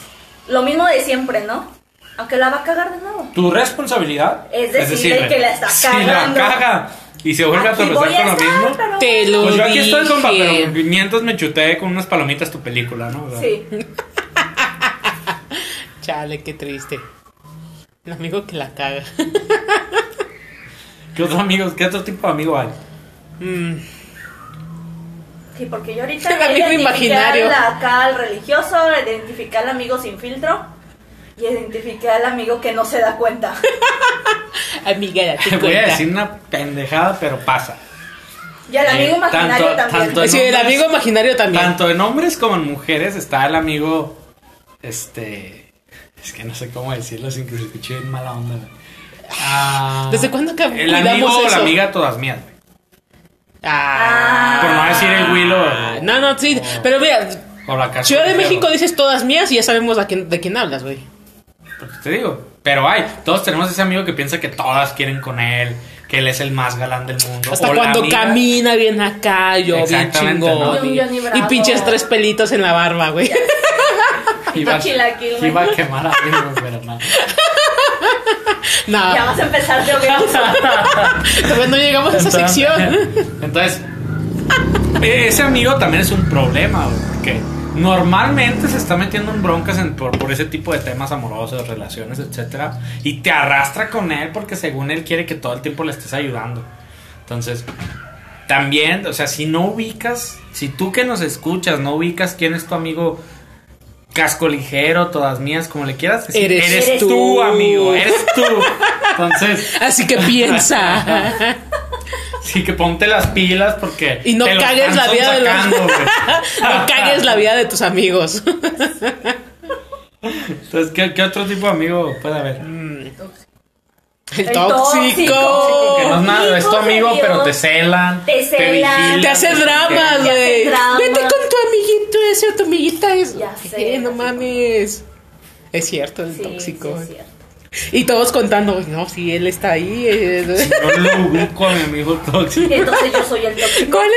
S3: lo mismo de siempre, ¿no? Aunque la va a cagar de nuevo.
S1: Tu responsabilidad
S3: Es decirle
S1: decirle,
S3: que la está
S1: Si la
S3: cagando.
S1: caga y se vuelve a
S3: Aquí voy
S1: tropezar
S3: a
S1: con lo
S3: estar,
S1: mismo.
S3: pero
S2: Te lo
S1: Pues yo aquí estoy con
S2: dije.
S1: pero mientras me chuteé con unas palomitas tu película, ¿no? O sea,
S3: Sí.
S2: Chale, qué triste. El amigo que la <laughs> caga.
S1: ¿Qué otro amigo, qué otro tipo de amigo hay?
S2: Mm,
S3: Sí, porque
S2: <laughs>
S3: yo ahorita
S2: El amigo
S3: identificar
S2: imaginario.
S3: la- acá al religioso, identificar al amigo sin filtro y identificar al amigo que no se da cuenta.
S2: amiga, date
S1: Te
S2: cuenta.
S1: <laughs>
S2: Eh,
S1: voy a decir una pendejada, pero pasa.
S3: Y al
S1: Eh,
S3: amigo imaginario
S1: tanto-
S3: también.
S1: tanto-
S2: Es decir, el amigo imaginario también.
S1: Tanto en hombres como en mujeres está el amigo. Este. Es que no sé cómo decirlo sin que se escuche bien mala onda, güey. Ah,
S2: ¿Desde cuándo que
S1: El amigo
S2: cuidamos
S1: o la
S2: eso?
S1: amiga todas mías, güey.
S2: Ah.
S1: Por no decir el Willow.
S2: No, no, sí.
S1: o-
S2: Pero mira,
S1: o la casa
S2: Ah, Ciudad de
S1: del perro.
S2: México dices todas mías y ya sabemos a quién, de quién hablas, güey.
S1: Pues te digo, pero hay, todos tenemos ese amigo que piensa que todas quieren con él, que él es el más galán del mundo.
S2: Hasta
S1: o la
S2: cuando
S1: amiga-
S2: camina bien acá, yo bien
S1: Exactamente,
S2: chingón.
S1: ¿no?
S3: Y un Johnny
S2: Y
S3: Bravo.
S2: pinches tres pelitos en la barba, güey.
S1: Iba,
S3: Chilaquil, güey.
S1: iba a quemar a amigos, pero no.
S2: <laughs> No,
S3: Ya vas a empezar
S2: <laughs>
S3: de odioso.
S2: todavía no llegamos a esa sección.
S1: eh, Entonces, <laughs> eh, ese amigo también es un problema, güey, porque normalmente se está metiendo en broncas en- por, por ese tipo de temas amorosos, relaciones, etcétera, y te arrastra con él porque según él quiere que todo el tiempo le estés ayudando. Entonces, también, o sea, si no ubicas, si tú que nos escuchas no ubicas quién es tu amigo casco ligero, todas mías, como le quieras decir,
S2: Eres
S1: tú,
S2: tú.
S1: amigo, eres tú. Entonces,
S2: Así que piensa.
S1: <laughs> Sí, que ponte las pilas porque.
S2: Y no
S1: te lo
S2: cagues la
S1: están
S2: vida de los-
S1: sonsacando,
S2: <laughs>
S1: güey.
S2: No cagues la vida de tus amigos.
S1: Entonces, ¿qué, qué otro tipo de amigo puede haber?
S2: El
S3: El
S2: tóxico.
S3: tóxico.
S1: Que no es nada, es tu
S3: Hijo de
S1: amigo,
S3: Dios.
S1: pero te celan.
S3: Te celan.
S1: vigilan,
S2: Te hace
S1: no sé
S2: dramas,
S1: qué.
S2: güey.
S3: dramas.
S2: Vete con tu amiguito ese o tu amiguita eso.
S3: Ya sé,
S2: Eh, no
S3: así
S2: mames. Es cierto, el
S3: Sí,
S2: tóxico.
S3: sí,
S2: güey.
S3: es cierto.
S2: y todos contando, güey, no, si él está ahí. eh,
S1: No lo ubico a mi amigo tóxico.
S3: Entonces yo soy
S2: <laughs>
S3: el tóxico.
S2: ¡Cole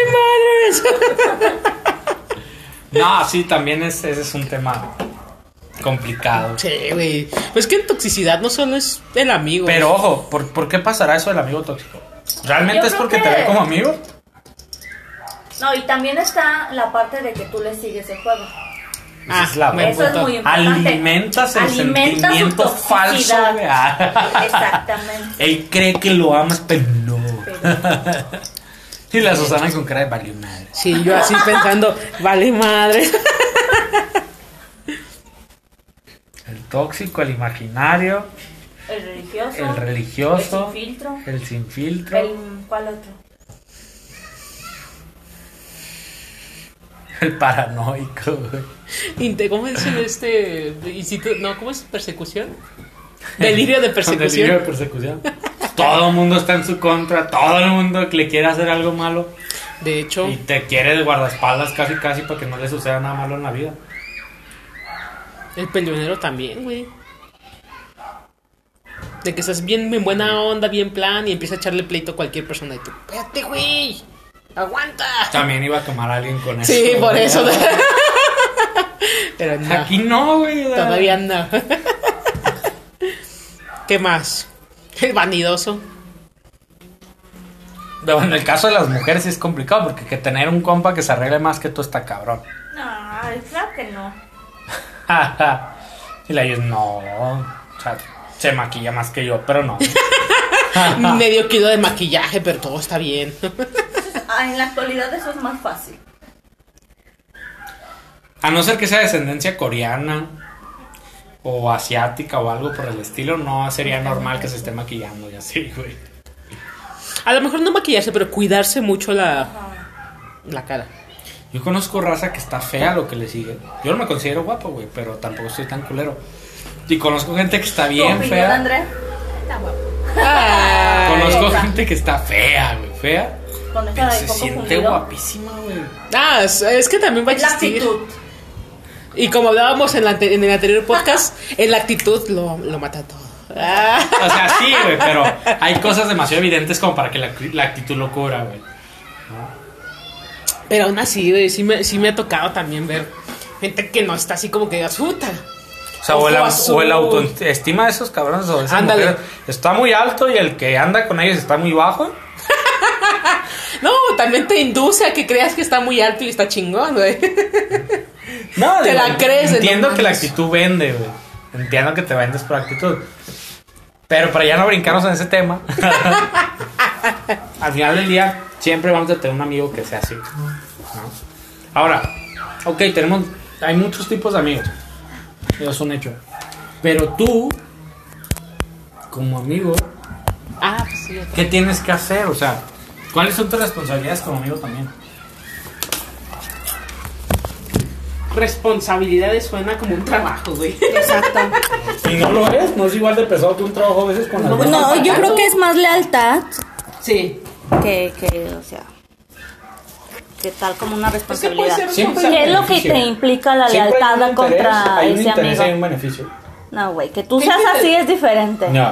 S2: madres!
S1: No, sí, también es- ese es un tema complicado.
S2: Sí, güey. Pues que en toxicidad no solo es el amigo.
S1: Pero ojo, ¿por, por qué pasará eso del amigo tóxico? ¿Realmente
S3: Yo
S1: es
S3: creo
S1: porque te
S3: que-
S1: ve como amigo?
S3: No, y también está la parte de que tú le sigues el juego.
S1: Esa
S2: Ah,
S1: es la
S2: buen
S3: Eso es
S2: punto.
S3: muy importante.
S1: Alimentas el
S3: Alimenta su
S1: sentimiento falso.
S3: toxicidad.
S1: güey. Ah.
S3: Exactamente.
S1: Él cree que lo amas, pero no. y la Susana con cara de valió madre.
S2: Sí, yo así <laughs> pensando, vale madre. <laughs>
S1: El tóxico, el imaginario,
S3: El religioso.
S1: el religioso,
S3: El sin filtro.
S1: el sin filtro, el,
S3: El, ¿Cuál otro?
S1: paranoico, güey.
S2: Inte- ¿Cómo dicen este instituto? No, ¿cómo es persecución? Delirio
S1: <laughs>
S2: de
S1: Delirio
S2: persecución.
S1: de persecución. Todo el mundo está en su contra, todo el mundo que le quiere hacer algo malo
S2: De hecho,
S1: y te quiere de guardaespaldas casi casi para que no le suceda nada malo en la vida.
S2: el peleonero también, güey. De que estás bien en buena onda, bien plan, y empieza a echarle pleito a cualquier persona. Y tú, espérate, güey, aguanta.
S1: También iba a quemar a alguien con eso.
S2: Sí, por
S1: güey.
S2: eso. <laughs> Pero no,
S1: Aquí no, güey. o sea,
S2: todavía no. ¿Qué más? El vanidoso.
S1: Pero en el caso de las mujeres sí es complicado porque que tener un compa que se arregle más que tú está cabrón. <laughs>
S3: No, claro que no.
S1: y la dices, no, o sea, se maquilla más que yo, pero no.
S2: Medio kilo de maquillaje, pero todo está bien.
S3: Ah, en la actualidad eso es más fácil.
S1: A no ser que sea descendencia coreana o asiática o algo por el estilo, no sería normal que se esté maquillando y así, güey.
S2: A lo mejor no maquillarse, pero cuidarse mucho la,
S3: Ah,
S2: la cara.
S1: Yo conozco raza que está fea lo que le sigue. Yo no me considero guapo, güey, pero tampoco soy tan culero. Y conozco gente que está
S3: ¿Tu
S1: bien
S3: opinión,
S1: fea.
S3: André?
S4: Está guapo.
S2: Ah.
S1: Conozco
S3: Esa.
S1: gente que está fea, güey, fea.
S3: Con
S1: Pero
S3: esta de
S1: se
S3: poco
S1: siente
S3: fundido.
S1: guapísima, güey.
S2: Ah, es- es que también va a
S3: Es la
S2: existir.
S3: actitud.
S2: Y como hablábamos en, la ante- en el anterior podcast, en la actitud lo, lo mata todo. Ah.
S1: O sea, sí, güey, pero hay cosas demasiado evidentes como para que la, la actitud lo cubra, güey.
S2: Pero aún así, güey, sí me, sí me ha tocado también ver gente que no está así como que digas, puta.
S1: O sea, o el,
S2: Ojo
S1: au- o el
S2: azul.
S1: autoestima de esos cabrones o de esas
S2: Ándale.
S1: mujeres está muy alto y el que anda con ellos está muy bajo.
S2: No, también te induce a que creas que está muy alto y está chingón, güey.
S1: No,
S2: Te la crees,
S1: Entiendo
S2: no
S1: que la
S2: mames.
S1: actitud vende, güey. Entiendo que te vendes por actitud. Pero para ya no brincarnos en ese tema. <laughs> Al final del día, siempre vamos a tener un amigo que sea así. ¿no? Ahora, ok, tenemos. Hay muchos tipos de amigos. Eso es un hecho. Pero tú, como amigo,
S2: Ah, pues sí.
S1: ¿qué tienes que hacer? O sea, ¿cuáles son tus responsabilidades como amigo también?
S2: Responsabilidades suena como un trabajo, güey.
S4: Exacto.
S1: Si no lo es, no es igual de pesado que un trabajo a veces con la
S2: No,
S4: No, yo creo que es más lealtad
S2: Sí.
S4: que, que o sea,
S3: Que tal como una
S1: Pues
S2: Es que puede
S3: responsabilidad.
S2: ser
S1: Siempre
S2: un
S1: hay
S3: ¿Qué es lo que
S1: beneficio.
S3: te implica la
S1: Siempre hay un
S3: lealtad
S1: interés,
S3: contra
S1: hay un
S3: ese
S1: interés, Hay
S3: amigo?
S1: un beneficio.
S3: No, güey, que tú
S2: ¿Qué
S3: seas
S2: interés?
S3: así es diferente.
S1: No,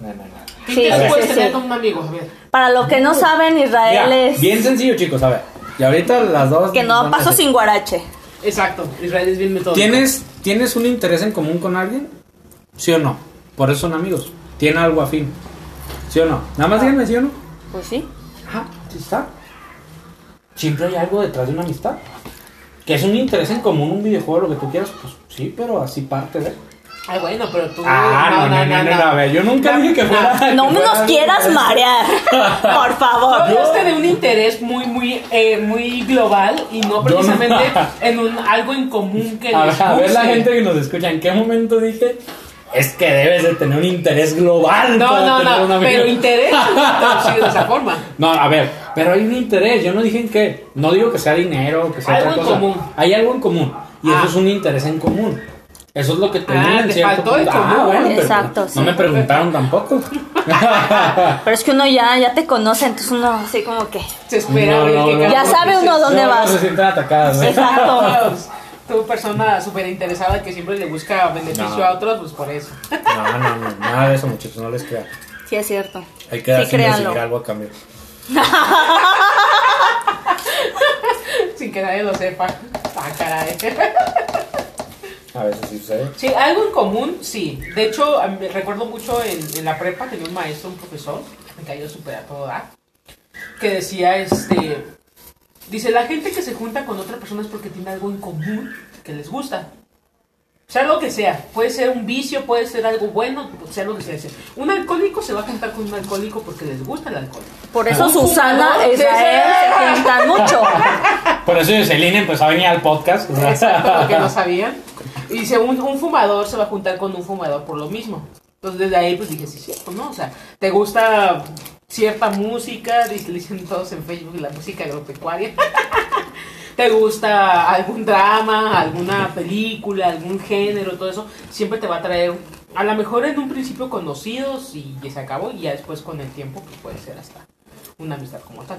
S1: no, no. no.
S2: ¿Qué
S3: Sí,
S2: interés
S1: sí,
S2: puedes
S3: sí.
S2: tener con un amigo? A ver.
S3: Para los que no saben,
S1: Mira,
S3: Israel es
S1: bien sencillo, chicos, a ver. Y ahorita las dos.
S3: que no
S1: son
S3: paso
S1: así.
S3: sin guarache.
S2: Exacto. Israel es bien metódico.
S1: ¿Tienes, ¿Tienes un interés en común con alguien? ¿Sí o no? Por eso son amigos. ¿Tiene algo afín? ¿Sí o no? Nada más díganme, ¿sí o no?
S3: Pues sí.
S1: Ajá, sí está. Siempre hay algo detrás de una amistad. Que es un interés en común, un videojuego, lo que tú quieras, pues sí, pero así parte de.
S2: Ay, bueno, pero tú.
S3: Ah,
S1: Ah, a ver, yo nunca dije que fuera.
S3: No
S1: que fuera
S3: nos
S1: algo
S3: quieras
S1: de- <laughs>
S3: marear. Por
S2: Tú
S3: favor.
S2: hablaste de un interés muy, muy, eh, muy global y no
S1: Yo no.
S2: precisamente en un, algo en común que
S1: A ver,
S2: les
S1: a ver la
S2: guste.
S1: gente que nos escucha, ¿en qué momento dije? Es que debes de tener un interés global.
S2: No,
S1: para
S2: no,
S1: tener un
S2: no,
S1: amigo".
S2: pero interés
S1: <laughs>
S2: sí, de esa forma.
S1: No, a ver, pero hay un interés, yo no dije en qué. No digo que sea dinero, que sea
S2: Algo
S1: otra
S2: en
S1: cosa.
S2: común.
S1: Hay algo en común. Y
S2: Ah.
S1: eso es un interés en común. Eso es lo que tenía
S2: Ah,
S1: en
S2: te
S1: cierto
S2: faltó el
S1: punto. Ah,
S2: común.
S1: bueno, pero
S3: Exacto,
S1: No
S3: sí.
S1: me preguntaron
S2: <laughs>
S1: tampoco.
S3: Pero es que uno ya, ya te conoce, entonces uno así como que.
S2: Se espera
S1: No,
S2: a ver
S1: no,
S2: qué
S1: no.
S2: cada
S3: Ya
S2: uno
S3: sabe
S2: dice.
S3: uno dónde
S1: Luego
S3: vas.
S1: Se sienten atacadas. ¿eh?
S3: Exacto.
S2: Pues, Tú, persona súper interesada que siempre le busca beneficio
S1: No.
S2: a otros, pues por eso. <laughs>
S1: No, no, no, nada de eso, muchachos, no les crean.
S3: Sí, es cierto.
S1: Hay que dar
S3: sí,
S1: sin
S3: créanlo.
S1: recibir algo a cambio.
S2: Sin que nadie lo sepa. Ah, caray.
S1: A veces sí sucede.
S2: Sí, algo en común, sí. De hecho, a mí- recuerdo mucho en, en la prepa, tenía un maestro, un profesor, me cayó súper a todo dar, que decía, este, dice, la gente que se junta con otra persona es porque tiene algo en común que les gusta. Sea lo que sea, puede ser un vicio, puede ser algo bueno, sea lo que sea. Dice, Un alcohólico se va a juntar con un alcohólico porque les gusta el alcohol.
S3: Por eso
S2: Un
S3: Susana
S2: fumador,
S3: e
S2: sí,
S3: Israel
S2: sí.
S3: se juntan <laughs> mucho.
S1: Por eso Jocelyn empezó a venir al <laughs> podcast. o sea.
S2: Exacto, lo que no sabían. Y dice, un, un fumador se va a juntar con un fumador por lo mismo. Entonces desde ahí pues dije, sí, cierto, ¿no? O sea, te gusta cierta música, dice- dicen todos en Facebook la música agropecuaria. <laughs> te gusta algún drama, alguna película, algún género, todo eso, siempre te va a traer, a lo mejor en un principio conocidos y ya se acabó, y ya después con el tiempo pues puede ser hasta una amistad como tal.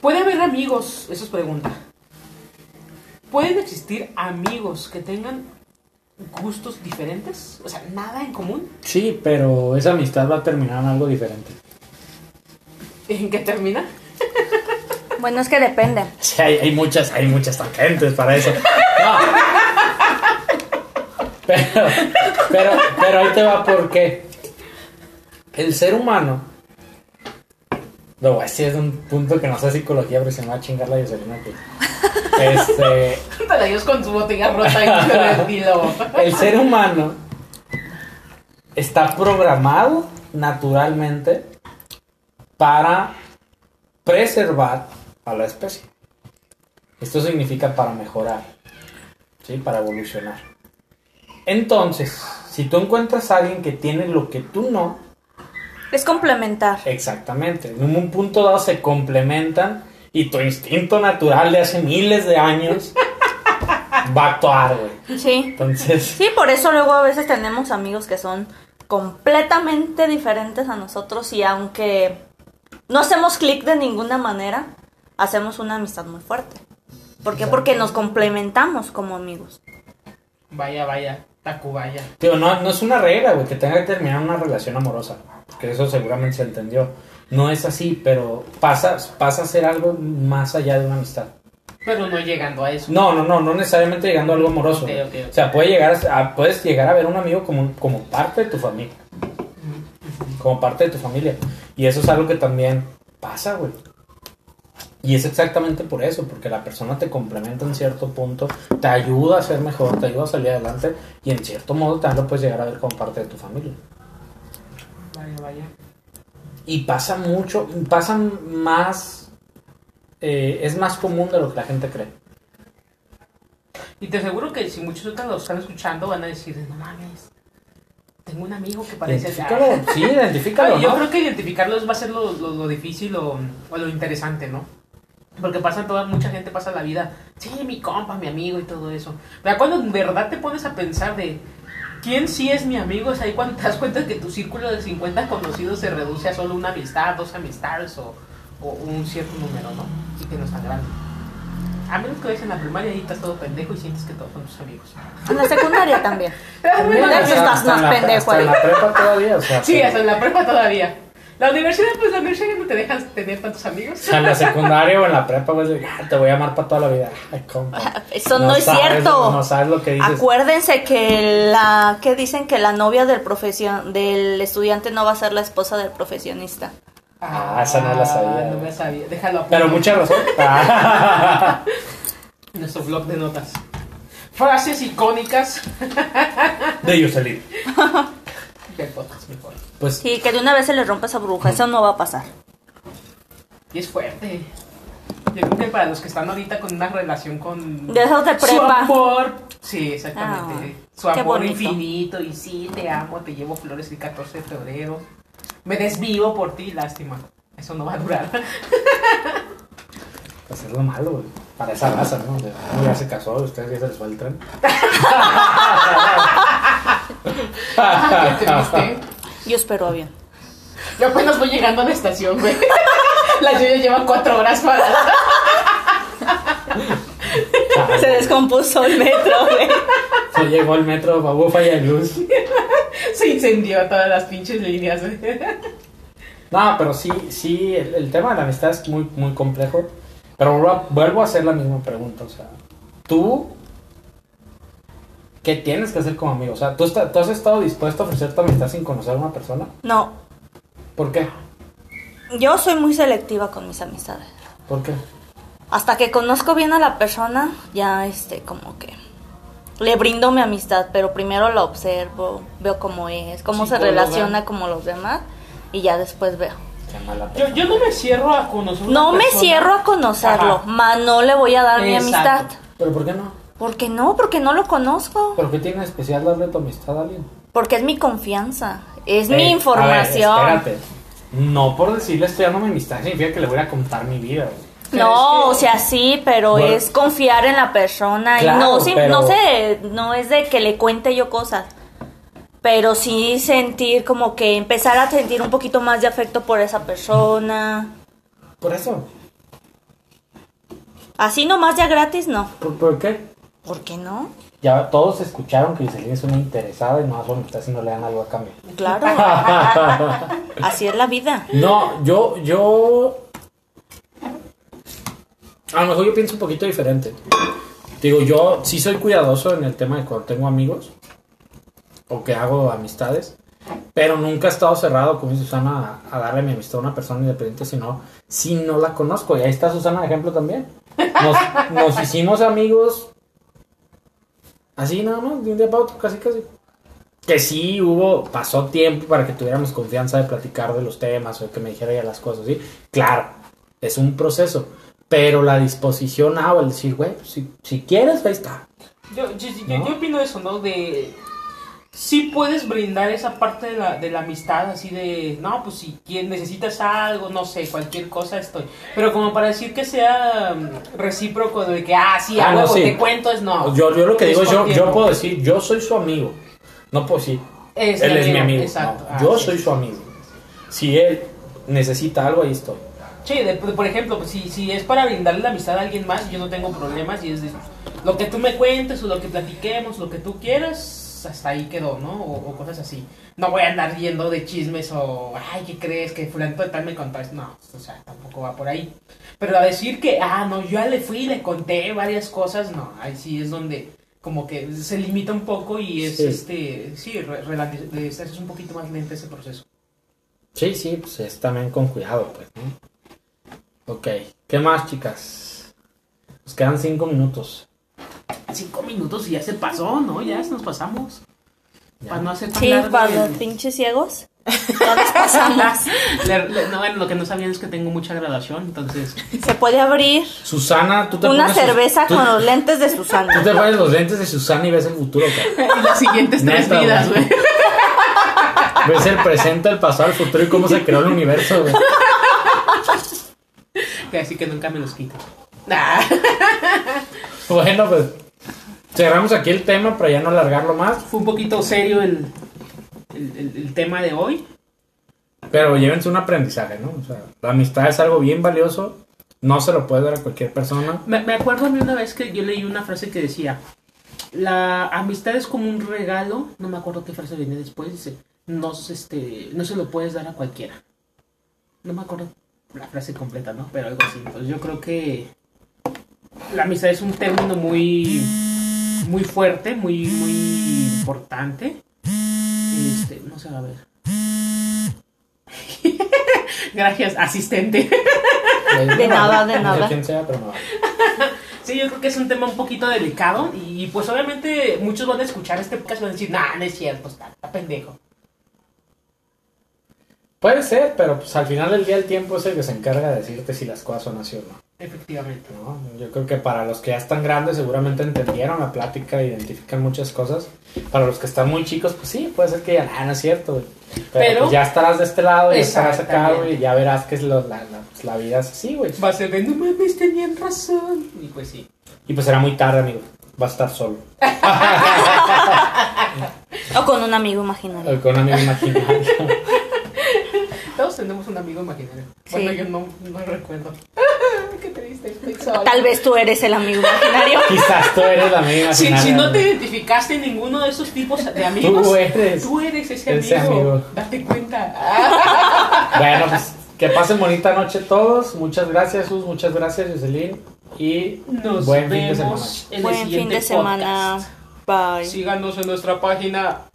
S2: ¿Puede haber amigos? Eso es pregunta. ¿Pueden existir amigos que tengan gustos diferentes? O sea, nada en común.
S1: Sí, pero esa amistad va a terminar en algo diferente.
S2: ¿En qué termina? <laughs>
S3: Bueno, es que depende.
S1: Sí, hay, hay muchas, hay muchas tangentes para eso. <laughs> No. Pero, pero, pero ahí te va porque el ser humano, lo voy a decir es un punto que no sé psicología, pero se me va a chingar la Jocelyn <laughs> aquí. Este,
S2: Te la llevas con su botella rota y con el dilo.
S1: el ser humano está programado naturalmente para preservar a la especie. Esto significa para mejorar, ¿sí? para evolucionar. Entonces, si tú encuentras a alguien que tiene lo que tú no,
S3: Es complementar.
S1: exactamente, en un punto dado se complementan y tu instinto natural de hace miles de años va a actuar, güey.
S3: Sí.
S1: Entonces,
S3: Sí, por eso luego a veces tenemos amigos que son completamente diferentes a nosotros y aunque no hacemos clic de ninguna manera, hacemos una amistad muy fuerte. ¿Por qué? Porque nos complementamos como amigos.
S2: Vaya, vaya, Tacubaya.
S1: Digo, no, no es una regla, güey, que tenga que terminar una relación amorosa. Que eso seguramente se entendió. No es así, pero pasa, pasa a ser algo más allá de una amistad.
S2: Pero no llegando a eso.
S1: No, no, no, no necesariamente llegando a algo amoroso.
S2: Ok,
S1: güey.
S2: ok, ok.
S1: O sea, puede llegar a- a- puedes llegar a ver a un amigo como, un- como parte de tu familia. Como parte de tu familia. Y eso es algo que también pasa, güey. Y es exactamente por eso, porque la persona te complementa en cierto punto, te ayuda a ser mejor, te ayuda a salir adelante y en cierto modo también lo puedes llegar a ver como parte de tu familia.
S2: Vaya, vaya.
S1: Y pasa mucho, pasa más, eh, es más común de lo que la gente cree.
S2: Y te aseguro que si muchos otros lo están escuchando van a decir, no mames, tengo un amigo que parece
S1: Identifícalo, sí, identifícalo,
S2: <laughs> Ay, Yo
S1: ¿no?
S2: creo que identificarlos va a ser lo, lo- lo difícil o, o lo interesante, ¿no? Porque pasa toda, mucha gente pasa la vida, sí, mi compa, mi amigo y todo eso. Pero cuando en verdad te pones a pensar de quién sí es mi amigo, es ahí cuando te das cuenta que tu círculo de 50 conocidos se reduce a solo una amistad, dos amistades o, o un cierto número, ¿no? Y que no es tan grande. A menos que vayas en la primaria y estás todo pendejo y sientes que todos son tus amigos.
S3: En la secundaria también.
S1: También,
S3: Entonces
S1: o sea,
S3: estás
S1: hasta
S3: más
S1: en la-
S3: pendejo
S1: hasta en
S3: ahí.
S1: la prepa todavía, o sea.
S2: Sí,
S1: pero-
S2: hasta en la prepa todavía. La universidad, pues la universidad no te dejas tener tantos amigos.
S1: o sea, en la secundaria o en la prepa, güey, de, "Ah, te voy a amar para toda la vida. Ay, compa.
S3: Eso no, es
S1: sabes-
S3: cierto.
S1: No sabes lo que dices.
S3: Acuérdense que la que dicen que la novia del profesio- del estudiante no va a ser la esposa del profesionista.
S1: Ah, esa no la sabía.
S2: No la sabía. Déjalo apunto.
S1: Pero mucha
S3: <laughs>
S1: razón. Ah,
S2: Nuestro blog de notas. Frases icónicas
S1: de Jocelyn.
S2: del podcast mejor.
S1: Pues
S3: Sí, que de una vez se le rompa esa bruja, eso no va a pasar.
S2: Y es fuerte. Yo creo que para los que están ahorita con una relación con...
S3: De esos de
S2: Su
S3: prepa.
S2: amor. Sí, exactamente.
S3: Ah,
S2: Su
S3: qué
S2: amor
S3: bonito.
S2: infinito. Y sí, te amo, te llevo flores el 14 de febrero. Me desvivo por ti, lástima. Eso no va a durar. <laughs>
S1: Pues es lo malo, güey. Para esa raza, ¿no? De, "No, ya se casó, ustedes ya se les fue el
S3: <laughs>
S1: tren.
S2: Ah, qué triste.
S3: Yo espero a bien.
S2: Yo apenas voy llegando a la estación, güey. <laughs> La lluvia lleva cuatro horas parada.
S3: Se descompuso el metro, güey.
S1: Se Ah, llegó el metro, babu, falla de luz.
S2: Se incendió todas las pinches líneas, güey.
S1: No, pero sí, sí, el, el tema de la amistad es muy, muy complejo. Pero vuelvo a, vuelvo a hacer la misma pregunta, o sea, tú, ¿qué tienes que hacer como amigo? O sea, ¿tú, está- tú has estado dispuesto a ofrecer tu amistad sin conocer a una persona?
S3: No,
S1: ¿Por qué?
S3: yo soy muy selectiva con mis amistades.
S1: ¿Por qué?
S3: Hasta que conozco bien a la persona, ya este, como que le brindo mi amistad, pero primero la observo, veo cómo es, cómo se
S2: Psicóloga.
S3: relaciona con los demás y ya después veo.
S1: Qué mala
S2: Yo,
S1: persona.
S2: yo no me cierro a conocer. una
S3: No me
S2: persona.
S3: cierro a conocerlo,
S2: Ajá.
S3: más no le voy a dar mi
S2: Exacto.
S3: amistad.
S1: ¿Pero por qué no?
S3: ¿Por qué no? Porque no lo conozco.
S1: ¿Por qué tiene especial darle tu amistad a alguien?
S3: Porque es mi confianza, es
S1: Eh, a
S3: mi
S1: ver,
S3: información.
S1: espérate. No por decirle estoy dando mi amistad significa que le voy a contar mi vida. güey.
S2: Pero
S3: No, o
S2: es que-
S3: sea, sí, pero
S1: Bueno.
S3: es confiar en la persona
S1: Claro,
S3: y no, sí,
S1: pero-
S3: no sé, no es de que le cuente yo cosas, pero sí sentir como que empezar a sentir un poquito más de afecto por esa persona.
S1: Por eso.
S3: Así nomás ya gratis, no.
S1: ¿Por, por qué?
S3: ¿Por qué no?
S1: Ya todos escucharon que Iselín es una interesada y no solo está haciendo le dan algo a cambio. <laughs>
S3: Claro, así es la vida.
S1: No, yo, yo. A lo mejor yo pienso un poquito diferente. Digo, yo sí soy cuidadoso en el tema de cuando tengo amigos o que hago amistades, pero nunca he estado cerrado, como dice Susana, a, a darle mi amistad a una persona independiente si no, si no la conozco. Y ahí está Susana de ejemplo también. Nos, <laughs> nos hicimos amigos así nada más, de un día para otro, casi casi que sí hubo, pasó tiempo para que tuviéramos confianza de platicar de los temas o que me dijera ya las cosas, ¿sí? Claro, es un proceso, pero la disposición ah, a el decir, güey, si, si quieres, ahí está.
S2: Yo, yo, yo- yo
S1: ¿No?
S2: opino eso, ¿no? De sí puedes brindar esa parte de la, de la amistad, así de, no, pues si quien necesitas algo, no sé, cualquier cosa estoy. Pero como para decir que sea mm, recíproco, de que, ah, sí,
S1: Ah,
S2: a
S1: no,
S2: huevo,
S1: sí.
S2: te cuento, es no.
S1: Yo, yo lo que
S2: Es
S1: digo es, yo,
S2: por
S1: yo
S2: tiempo.
S1: puedo decir, yo soy su amigo. No puedo decir,
S2: Es
S1: él es mi amigo.
S2: Exacto.
S1: No,
S2: Ah,
S1: yo
S2: sí.
S1: soy su amigo. Si él necesita algo, ahí estoy.
S2: Sí, de- por ejemplo, pues, si, si es para brindarle la amistad a alguien más, yo no tengo problemas y es de, lo que tú me cuentes o lo que platiquemos, lo que tú quieras, hasta ahí quedó, ¿no? O, o cosas así. No voy a andar yendo de chismes o, ay, ¿qué crees? Que fulano de tal me contaste. No, o sea, tampoco va por ahí. Pero a decir que, ah, no, yo ya le fui y le conté varias cosas, no, ahí sí es donde como que se limita un poco y es
S1: Sí.
S2: este, sí, re- relati- de- es un poquito más lento ese proceso.
S1: Sí, sí, pues es también con cuidado, pues. ¿no? Ok, ¿qué más, chicas? Nos quedan cinco minutos.
S2: Cinco minutos y ya se pasó, ¿no? Ya se nos pasamos.
S1: Ya.
S2: Para no hacer tan
S3: Sí,
S2: largo
S3: para los
S2: el-
S3: pinches ciegos. Ya
S2: <laughs>
S3: nos pasamos.
S2: le- le- no, bueno, lo que no sabían es que tengo mucha graduación, entonces...
S3: Se puede abrir
S1: Susana, tú te
S3: una
S1: pones sus-
S3: cerveza
S1: tú- <laughs>
S3: con los lentes de
S1: Tú
S3: Susana.
S1: te pones los lentes de Susana y ves el futuro, cara.
S2: <laughs> Y las siguientes tres
S1: Neta,
S2: vidas,
S1: güey.
S2: güey.
S1: Ves el presente, el pasado, el futuro y cómo se creó el universo, güey.
S2: Que Así que nunca me los quito. Nah.
S1: Bueno, pues cerramos aquí el tema para ya no alargarlo más.
S2: Fue un poquito serio el, el, el- el tema de hoy.
S1: Pero llévense un aprendizaje, ¿no? O sea, la amistad es algo bien valioso. No se lo puede dar a cualquier persona.
S2: Me, me acuerdo a mí una vez que yo leí una frase que decía, la amistad es como un regalo, no me acuerdo qué frase viene después, dice, no, se- este, no se lo puedes dar a cualquiera. No me acuerdo la frase completa, ¿no? Pero algo así. Entonces yo creo que la amistad es un término muy, muy fuerte, muy, muy importante. Este, no se va a ver. <laughs> Gracias, asistente.
S3: De nada, de nada.
S1: quién sea, pero no.
S2: Sí, yo creo que es un tema un poquito delicado y, pues obviamente muchos van a escuchar este podcast y van a decir, nah, no es cierto, está, está pendejo.
S1: Puede ser, pero pues al final del día el tiempo es el que se encarga de decirte si las cosas son así o no.
S2: Efectivamente.
S1: ¿no? Yo creo que para los que ya están grandes seguramente entendieron la plática, identifican muchas cosas. Para los que están muy chicos, pues sí, puede ser que ya no es cierto. güey". Pero,
S2: Pero-
S1: pues, ya estarás de este lado, ya estarás acá,
S2: Exactamente.
S1: güey, y ya verás que es lo- la, la- pues, la vida es así, güey.
S2: Va a ser de, no mames, tenían razón. Y pues sí.
S1: Y pues será muy tarde, amigo. Vas a estar solo.
S3: O con un amigo imaginario.
S1: O eh, Con un amigo
S2: <laughs>
S1: imaginario.
S2: Todos tenemos un amigo imaginario. Bueno,
S3: Sí.
S2: yo no, no recuerdo. <laughs> Qué triste, estoy sola.
S3: Tal vez tú eres el
S1: <laughs>
S3: amigo imaginario.
S1: Quizás tú eres la amiga
S2: Si,
S1: imaginaria.
S2: si no te
S1: güey.
S2: identificaste en ninguno de esos tipos de amigos,
S1: eres.
S2: tú eres ese,
S1: ese
S2: amigo.
S1: amigo.
S2: Date cuenta. Ah,
S1: Bueno, pues que pasen bonita noche todos. Muchas gracias, Sus. Muchas gracias, Jocelyn. Y
S2: nos
S1: buen fin de semana.
S2: vemos en el
S3: Buen
S2: siguiente
S3: fin de semana.
S2: podcast.
S3: Bye.
S2: Síganos en nuestra página